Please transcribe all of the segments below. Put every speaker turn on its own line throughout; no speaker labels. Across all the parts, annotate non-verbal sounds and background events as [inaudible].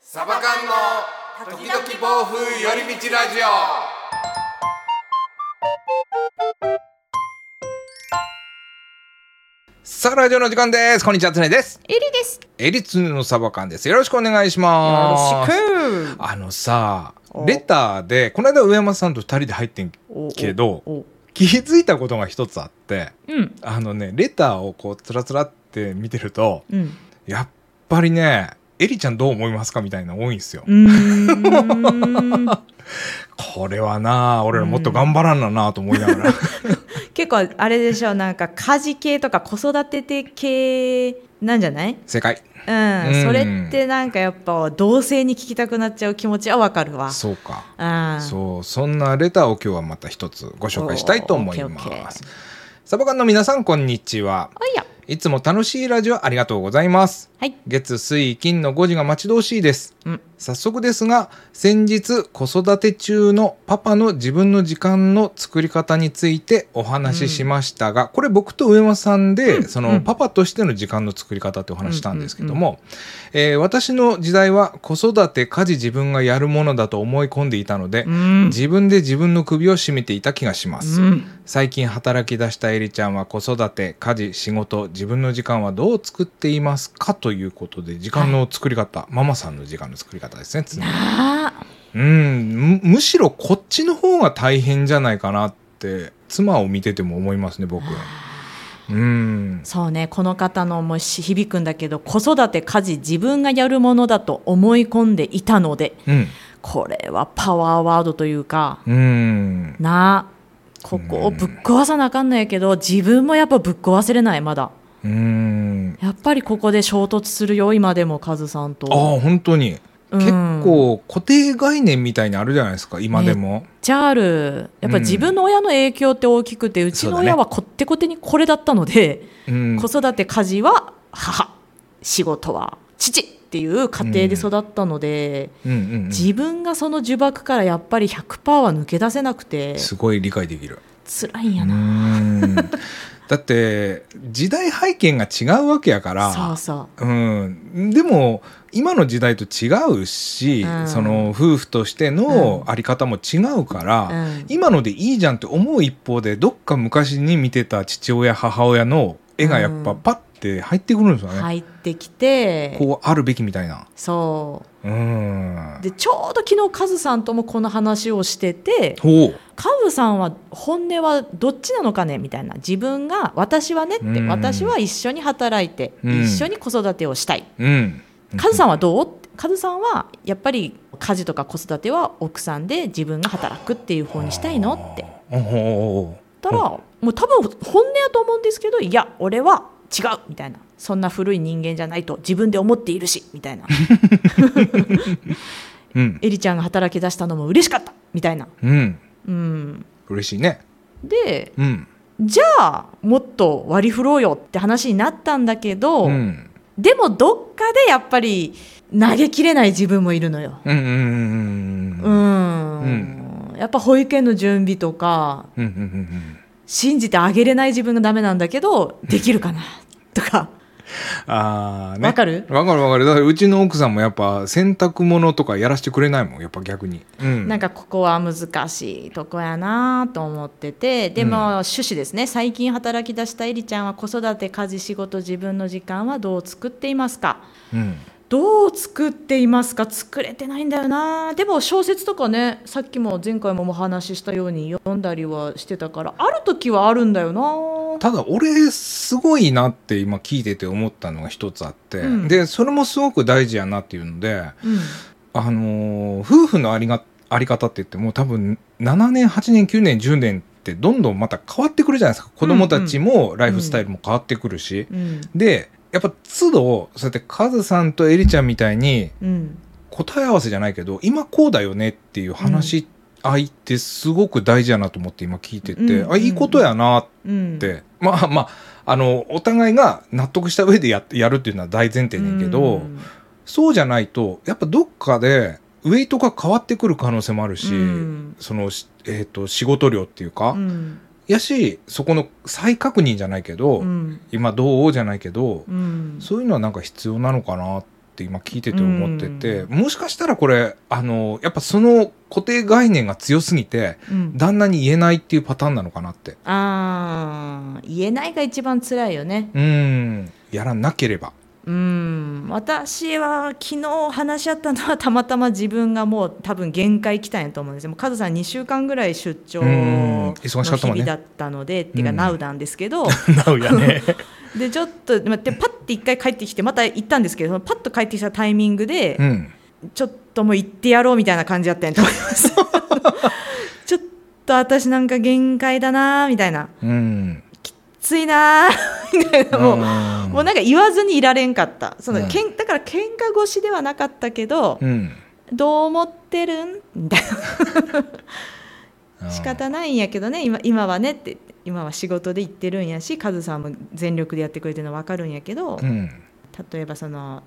サバ缶の時々暴風寄り道ラジオさあラジオの時間ですこんにちはつねです
エリです。
エリツのサバ缶ですよろしくお願いします
く。
あのさ
お
レターでこの間上山さんと二人で入ってん
お
けど
お
気づいたことが一つあって
うん
あのねレターをこうつらつらって見てると
うん。
やっぱりねエリちゃんどう思いますかみたいなの多いんですよ
うーん
これはな俺らもっと頑張らんななと思いなが
[laughs]
ら
結構あれでしょなんか家事系とか子育て系なんじゃない？
正解
うん、
うん
それってなんかやっぱ同性に聞きたくなっちゃう気持ちはわかるわ。
そうか
あ
そうそんなレターを今日はまた一つご紹介したいと思い
おーオッケーオッ
ま
ケ
すサバ缶の皆さんこんにちは
あいや
いつも楽しいラジオありがとうございます
はい。
月水金の5時が待ち遠しいです
うん
早速ですが先日子育て中のパパの自分の時間の作り方についてお話ししましたが、これ僕と上間さんで、その、
うん
パパとしての時間の作り方ってお話したんですけども、えー私の時代は子育て家事自分がやるものだと思い込んでいたので、
うん
自分で自分の首を絞めていた気がします、
うん
最近働き出したエリちゃんは子育て家事仕事自分の時間はどう作っていますかということで時間の作り方、ママさんの時間の作り方ですね常に
あー
うんむむしろこっちの方が大変じゃないかなって妻を見てても思いますね僕うん
そうねこの方のもし響くんだけど子育て家事自分がやるものだと思い込んでいたので
うん
これはパワーワードというか
うん
なあここをぶっ壊さなあかんのやけど自分もやっぱぶっ壊せれないまだ
うん
やっぱりここで衝突するよ今でもカズさんと
ああ本当に、
うん
結構固定概念みたいにあるじゃないですか今でも、
ジャールやっぱ自分の親の影響って大きくて、うち
そ
の
うだね
親はこってこてにこれだったので、
うん
子育て家事は母仕事は父っていう家庭で育ったので、
うんうんうん
自分がその呪縛からやっぱり100%は抜け出せなくて
すごい理解できる
辛いんや
う
な、
ーんだって時代背景が違うわけやから
そうそう
うん、でも今の時代と違うし、
うん
その夫婦としてのあり方も違うから、
うん
今のでいいじゃんって思う一方でどっか昔に見てた父親母親の絵がやっぱ
うん
パッて入ってくるんですよね、
入ってきて
こうあるべきみたいな。
そ
うん
うでちょうど昨日カズさんともこの話をしてて
ほう
カズさんは本音はどっちなのかねみたいな自分が私はねって、
うん
私は一緒に働いて、
うん
一緒に子育てをしたい
うん、
カズさんはどうカズさんはやっぱり家事とか子育ては奥さんで自分が働くっていう方にしたいのって言っ
おうおう
たらもう多分本音やと思うんですけどいや俺は違うみたいなそんな古い人間じゃないと自分で思っているしみ
[laughs]
たいな
おううん
エリちゃんが働き出したのも嬉しかったみたいな、
うん
うん、
嬉しいね
で
うん
じゃあもっと割り振ろうよって話になったんだけど、
うん
でもどっかでやっぱり投げきれない自分もいるのよ。
うんうんうんうん
う
うん
ん、やっぱ保育園の準備とか
うんうんうん
信じてあげれない自分がダメなんだけどでき
[laughs]
るかなとか
ああね
わかる
わかるわかるだからうちの奥さんもやっぱ洗濯物とかやらせてくれないもんやっぱ逆に、うん、
なんかここは難しいとこやなと思っててでも
うん
趣旨ですね最近働き出したエリちゃんは子育て家事仕事自分の時間はどう作っていますか
うん
どう作っていますか作れてないんだよなでも小説とかねさっきも前回もお話ししたように読んだりはしてたからある時はあるんだよな
ただ俺すごいなって今聞いてて思ったのが一つあって、
うん
でそれもすごく大事やなっていうので、
うん
あのー夫婦のありがあり方って言ってもう多分7年8年9年10年ってどんどんまた変わってくるじゃないですか子供たちもライフスタイルも変わってくるし、
うん
でやっぱ都度そうやってカズさんとエリちゃんみたいに
うん
答え合わせじゃないけど今こうだよねっていう話し合いってすごく大事やなと思って今聞いてて、
うん
あいいことやなっ
うん
て、まあまああのお互いが納得した上でややるっていうのは大前提ねんけど、
うん
そうじゃないとやっぱどっかでウェイトが変わってくる可能性もあるし、
うん
その、しえー、と仕事量っていうか、
うん
やしそこの再確認じゃないけど、
うん
今どうじゃないけど、
うん
そういうのはなんか必要なのかなっって今聞いてて思ってて、もしかしたらこれあのやっぱその固定概念が強すぎて
うん、
旦那に言えないっていうパターンなのかなって
あー言えないが一番辛いよね
うんやらなければ
うん私は昨日話し合ったのはたまたま自分がもう多分限界来たんやと思うんですよもうカズさん2週間ぐらい出張
うん
の
忙しかった
日
もんね
々だったのでっていう
う
か
ん
ナウなんですけど、
なうやね
でちょっと待ってパッて一回帰ってきてまた行ったんですけどそのパッと帰ってきたタイミングで、
[laughs] うん
ちょっともう行ってやろうみたいな感じだったんやと思いますちょっと私なんか限界だなーみたいな
うん
ついなーみたいなもう
うん
もうなんか言わずにいられんかったその、
うん
けんだから喧嘩越しではなかったけど、
うん
どう思ってるんみたい
うん
な仕方ないんやけどね今今はねって今は仕事で行ってるんやしカズさんも全力でやってくれてるの分かるんやけど、
うん
例えばその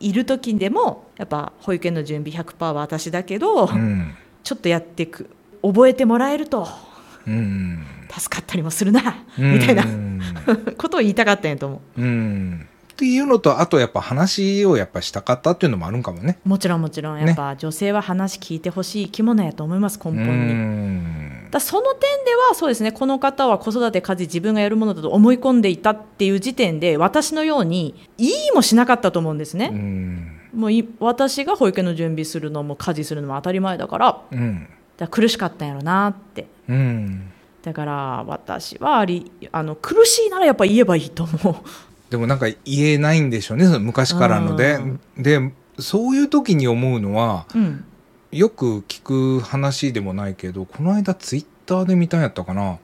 いる時でもやっぱ保育園の準備100%は私だけど、
うん
ちょっとやってく覚えてもらえると
うん
助かったりもするな、
うん
みたいな
うん
ことを言いたかったんやと思
うんっていうのとあとやっぱ話をやっぱしたかったっていうのもあるんかもね
うもちろんもちろん
ね
やっぱ女性は話聞いてほしい生き物やと思います根
う
本に。
ん
だその点ではそうですねこの方は子育て家事自分がやるものだと思い込んでいたっていう時点で私のようにいいもしなかったと思うんです
う
ね、
ん
もうい私が保育園の準備するのも家事するのも当たり前だからだか
うん
ら苦しかったんやろなって
うん
だから私はありあの苦しいならやっぱ言えばいいと思う
でもなんか言えないんでしょうねその昔からので
うん
でそういう時に思うのは
うん
よく聞く話でもないけどこの間ツイッターで見たんやったかな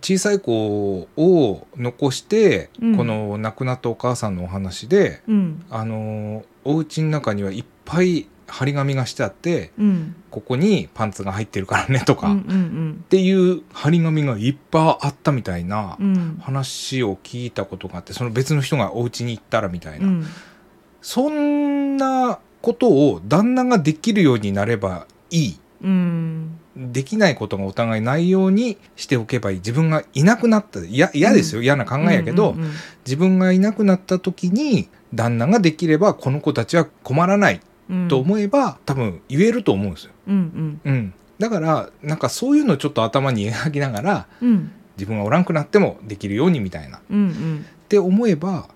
小さい子を残して、
うん
この亡くなったお母さんのお話で
うん
あのお家の中にはいっぱい張り紙がしてあって
うん
ここにパンツが入ってるからねと
う
か、っ
んうん
ていう張り紙がいっぱいあったみたいな
うんうん
話を聞いたことがあってその別の人がお家に行ったらみたいな、
うん
そんなことを旦那ができるようになればいい
うん
できないことがお互いないようにしておけばいい自分がいなくなったいや嫌ですよ、嫌な考えやけど、
うんうんうん
自分がいなくなった時に旦那ができればこの子たちは困らない
うん
と思えば、多分言えると思うんですよ。
うん
うん、だからなんかそういうのをちょっと頭に描きながら
うんうん
自分がおらんくなってもできるようにみたいな。
うんうん
って思えば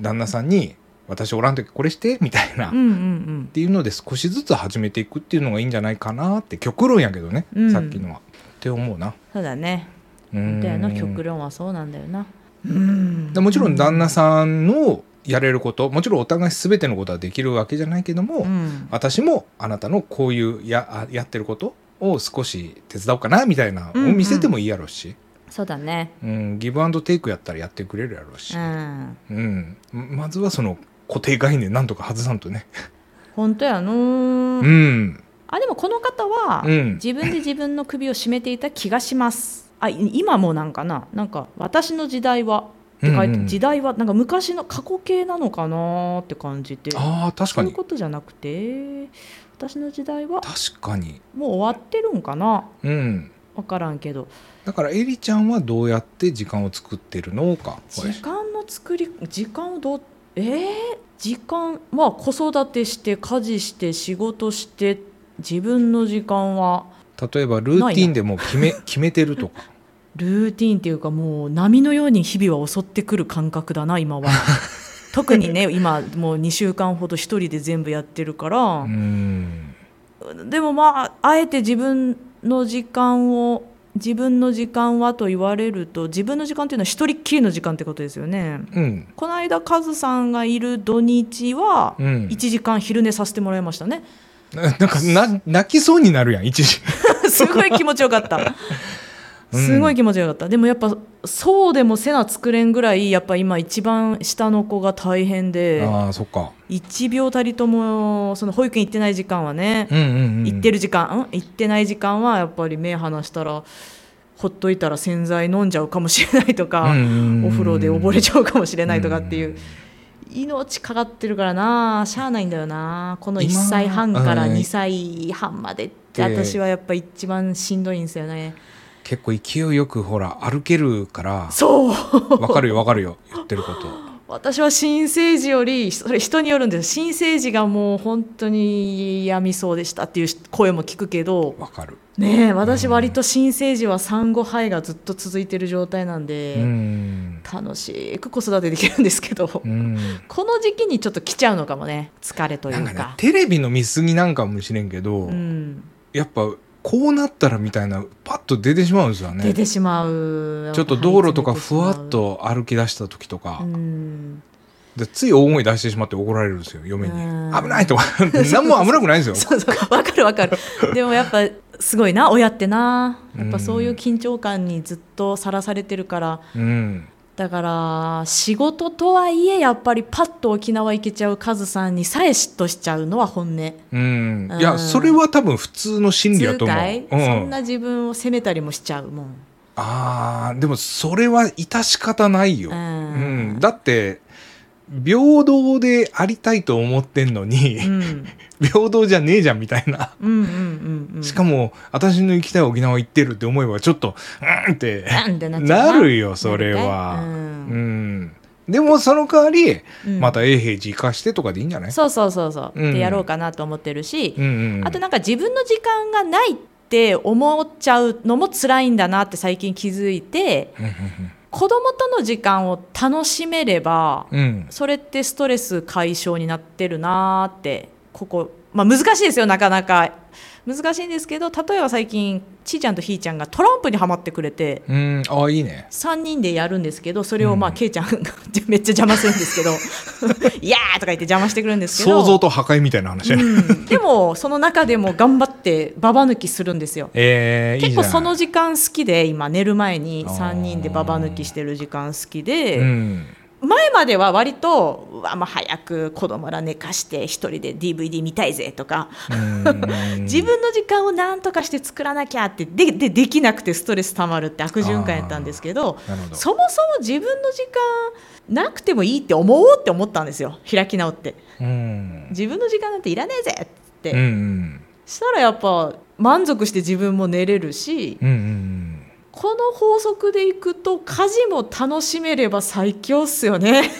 旦那さんに「私おらん時これして」みたいな、
うんう
っ
んうん
ていうので少しずつ始めていくっていうのがいいんじゃないかなって極論やけどね、
うん
さっきのは。って思うな。
そうだね
うん
みたいな極論はそうなんだよなうん
でもちろん旦那さんのやれることもちろんお互い全てのことはできるわけじゃないけども、
うん
私もあなたのこういうやあやってることを少し手伝おうかなみたいな
うんう
のを
ん
見せてもいいやろうし、
そうだね
うんギブアンドテイクやったらやってくれるやろうし
う、ん
うんまずはその固定概念なんとか外さんとね。
本当やのー
うん、
あでもこの方は、
うん
自分で自分の首を絞めていた気がしますあい今もなんかななんか私の時代はって書いて、
うんうん
時代はなんか昔の過去形なのかなーって感じて
ああ確
そ
か
ういう
に
ことじゃなくて私の時代は
確かに、
もう終わってるんかな
うん、
分からんけど
だからエリちゃんはどうやって時間を作ってるのかこれ
時間の作り時間をどうえー、時間まあ子育てして家事して仕事して自分の時間は
例えばルーティンでもう決め決めてるとか
[laughs] ルーティンっていうかもう波のように日々は襲ってくる感覚だな今は特にね今もう2週間ほど一人で全部やってるから
う、ん
でもまああえて自分の時間を自分の時間はと言われると自分の時間っていうのは一人っきりの時間ってことですよね
うん [laughs]
この間カズさんがいる土日は
うん
1時間昼寝させてもらいました
[laughs]
ね
ななんかな泣きそうになるやん一時
すごい気持ちよかった
うん
すごい気持ちよかった、でもやっぱそうでもせな作れんぐらいやっぱ今一番下の子が大変で
ああそっか
1秒たりともその保育園行ってない時間はね
う、んうん、うん、
行って
る
る時間、うん、行ってない時間はやっぱり目離したらほっといたら洗剤飲んじゃうかもしれないとか、お風呂で溺れ
ゃ
ちゃうかもしれないとかっていう、命かかってるからなしゃあないんだよなこの1
今
歳半から
うん
2歳半までって
で
私はやっぱ一番しんどいんですよね。
結構勢いよくほら歩けるから
そう
わかるよわかるよ言ってること
私は新生児よりそれ人によるんです新生児がもう本当に病みそうでしたっていう声も聞くけど
わかる
ねえ私割と新生児は産後肺がずっと続いてる状態なんで、
うん
楽しく子育てできるんですけど、
うん
この時期にちょっと来ちゃうのかもね疲れとい
なん
う
か
か
ねテレビの見過ぎなんかもしれんけど、
うん、
やっぱこうなったらみたいなパッと出てしまうんですよ
出
ね
てしまう
ちょっと道路とかふわっ、と歩き出した時とか
う、ん、
でつい大声出してしまって怒られるんですよ嫁に
うん
危ないと
[laughs]
か何も危なくないんですよ
そうそうわかるわかるでもやっぱすごいな親ってなやっぱそういう緊張感にずっとさらされてるから
うん
だから仕事とはいえやっぱりパッと沖縄行けちゃうカズさんにさえ嫉妬しちゃうのは本音
うんいうや
ん
それは多分普通の心理やと思う
痛快、
うん
そんな自分を責めたりもしちゃうもん
あーでもそれは致し方ないよ、
う
うん
ん
だって平等でありたいと思ってんのに、
うん
[laughs] 平等じゃねえじゃんみたいな、
うんうんうんうん
しかも私の行きたい沖縄行ってるって思えばちょっとうんって
なんでなっちゃう
なるよそれは、
なるかいう
う
ん
んでもその代わり、
うん
また永平寺行かしてとかでいいんじゃない
そうそうそうそう、
うん
でやろうかなと思ってるし、
うんうん
あとなんか自分の時間がないって思っちゃうのも辛いんだなって最近気づいて
うん
子供との時間を楽しめれば
うんうん
それってストレス解消になってるなーってここ、まあ、難しいですよなかなか難しいんですけど例えば最近ちーちゃんとひーちゃんがトランプにはまってくれて。
うん、うん、ああいいね
3人でやるんですけどそれをまあ、
うん
けいちゃんが [laughs] めっちゃ邪魔するんですけど [laughs] 「いやー!」とか言って邪魔してくるんですけど
想像と破壊みたいな話だね、
うんでもその中でも頑張ってババ抜きするんですよ。
[laughs] えー、いいじゃ
結構
ない
その時間好きで今寝る前に
あー
3人でババ抜きしてる時間好きで、
うん
前までは割とうわ、まあ、早く子供ら寝かして一人で DVD 見たいぜとか、
うん
自分の時間を何とかして作らなきゃってででできなくてストレスたまるって悪循環やったんですけど
なるほど
そもそも自分の時間なくてもいいって思おうって思ったんですよ開き直って
うん
自分の時間なんていらねえぜって。
うんうん
したらやっぱ満足して自分も寝れるし、
うんうん
この法則でいくと家事も楽しめれば最強っすよね。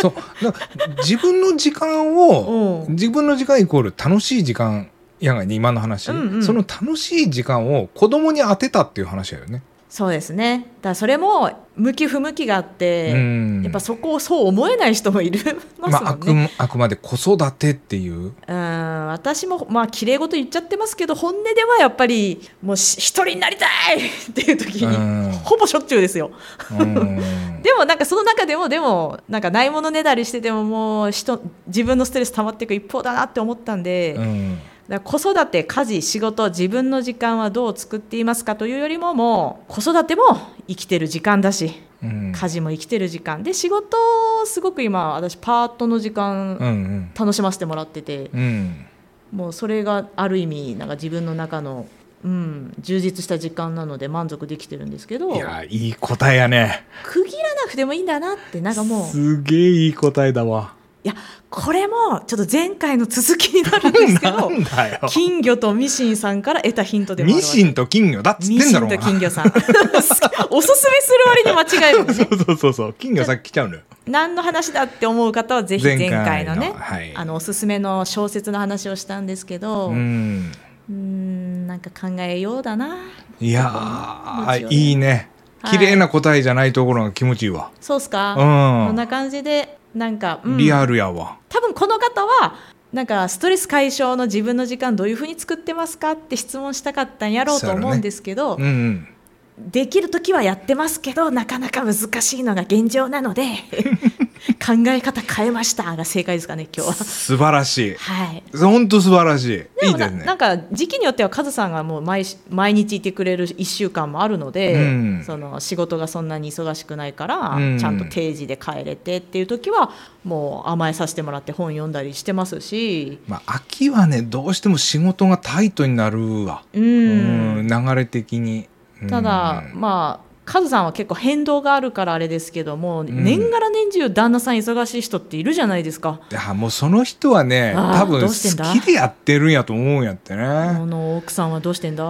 そうだから自分の時間
う
を
ん
自分の時間イコール楽しい時間やがね今の話、
うんうん
その楽しい時間を子供に当てたっていう話だよね。
そうですねだからそれも向き不向きがあって、
うん
やっぱそこをそう思えない人もいるま
[laughs] ますあ、
も
あ
ん
く
ね、
まあくまで子育てっていう、
うん私もまあ綺麗事言っちゃってますけど本音ではやっぱりもうし一人になりたいっていう時に、
うん
ほぼしょっちゅうですよ。
うん
でもなんかその中でもでもなんかないものねだりしててももう人自分のストレス溜まっていく一方だなって思ったん [laughs] で、
うん
だから子育て家事仕事自分の時間はどう作っていますかというよりももう子育ても生きてる時間だし
うん
家事も生きてる時間で仕事をすごく今私パートの時
う
間
ん
楽しませてもらってて
うんうん
もうそれがある意味なんか自分の中の、うん、充実した時間なので満足できてるんですけど
いやいい答えやね
区切らなくてもいいんだなってなんかもう。
すげえいい答えだわ
いやこれもちょっと前回の続きになるんですけ
[laughs] な
ど
んだよ
金魚とミシンさんから得たヒントでもある
ミ
わけ
シンと金魚だっつっ
ミ
てん
シ
だ
ン
ろう
と
な
金魚さん [laughs] おすすめする割に間違えるのね
[laughs] そうそうそうそう金魚さっき来ちゃうのよ
何の話だって思う方はぜひ前回のね
はい
あのおすすめの小説の話をしたんですけど
う
うーん
ん
なんか考えようだない
や
持ち
ー
よね
いいね
は
綺
い
麗な答えじゃないところが気持ちいいわ、
そうっすかこんな感じでなんか、
う
うんん
リアルやわ
多分この方はなんかストレス解消の自分の時間どういうふうに作ってますかって質問したかったんやろうと思うんですけど、
うんうん
できる時はやってますけどなかなか難しいのが現状なの
[laughs]
で考え方変えましたが正解ですかね今日は。
素晴らし
はい
い本当素晴らしい
で
い
も
いで
な
すね
なんか時期によってはカズさんがもう毎し毎日いてくれる1週間もあるので、
うん
その仕事がそんなに忙しくないから、
うん
ちゃんと定時で帰れてっていう時はもう甘えさせてもらって本読んだりしてますし、
まあ、秋はねどうしても仕事がタイトになるわ、
う
う
ん
ん、流れ的に
ただ、
うん
まあカズさんは結構変動があるからあれですけども、年がら年中旦那さん忙しい人っているじゃないですか。
いやもうその人はね
あー
多
ど
分
うしてんだ
好きでやってるんやと思うんやって
こ
ね
の奥さんはどうしてんだ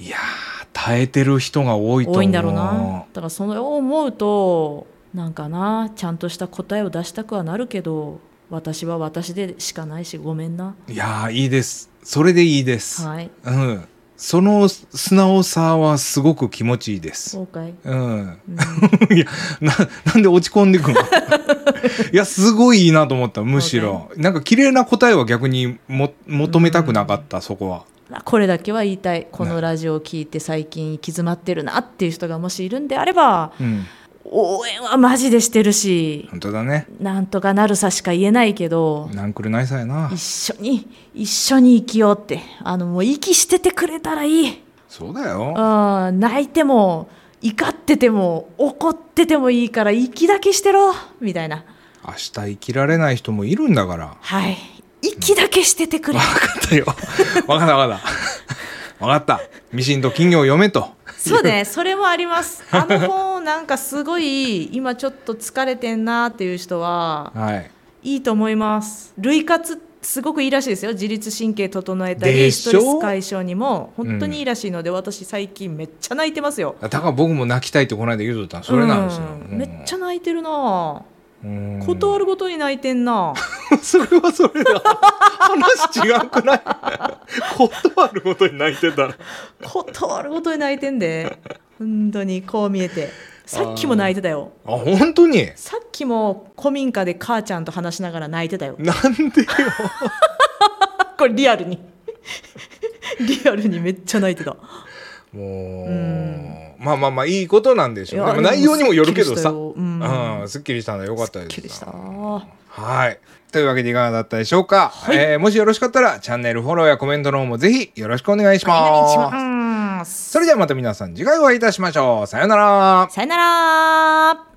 いやー耐えてる人が多いと思う
多いんだろうなだからそれを思うとなんかなちゃんとした答えを出したくはなるけど私は私でしかないしごめんない
やーいいですそれでいいです、
はい
うんその素直さはすごく気持ちいいです
そうかい、
うん [laughs]
うん
いやななんで落ち込んでくの [laughs] いやすごいいいなと思ったむしろなんか綺麗な答えは逆にも求めたくなかった、そこは
まあこれだけは言いたいこのラジオを聞いて最近行き詰まってるなっていう人がもしいるんであれば
うん
応援はマジでしてるし
本当だね
なんとかなるさしか言えないけど
なんくるないさやな
一緒に一緒に生きようってあのもう息しててくれたらいい
そうだよ
うん泣いても怒ってても怒っててもいいから息だけしてろみたいな
明日生きられない人もいるんだから
はい息だけしててくれ、
分かったよ [laughs] 分かった分かった分かったミシンと金魚を読めと
[laughs] そうねそれもありますあの本なんかすごい今ちょっと疲れてんなっていう人は
はい
いいと思います類活すごくいいらしいですよ自律神経整えた
で
り
し
ス
ょ
トレス解消にも本当にいいらしいので、私最近めっちゃ泣いてますよ
だから僕も泣きたいってこの間言うとったのそれなんですよ、
うんめっちゃ泣いてるな
うん
断るごとに泣いてんな
それはそれだ話違うくない断ることに泣いてたら
断るごとに泣いてんで本当にこう見えてさっきも泣いてたよ
あ本当に
さっきも古民家で母ちゃんと話しながら泣いてたよ
なんでよ
これリアルにリアルにめっちゃ泣いてた
もう、
ん
まあまあまあいいことなんでしょうでも内容にもよるけどさ
うん
うん、すっきりしたんだよかったです。
すっきりした
はい。というわけでいかがだったでしょうか、
はい
えーもしよろしかったらチャンネルフォローやコメントの方もぜひよろしくお願いし
お願いし
ます。
ます
それではまた皆さん次回お会いいたしましょう。さようなら。
さよなら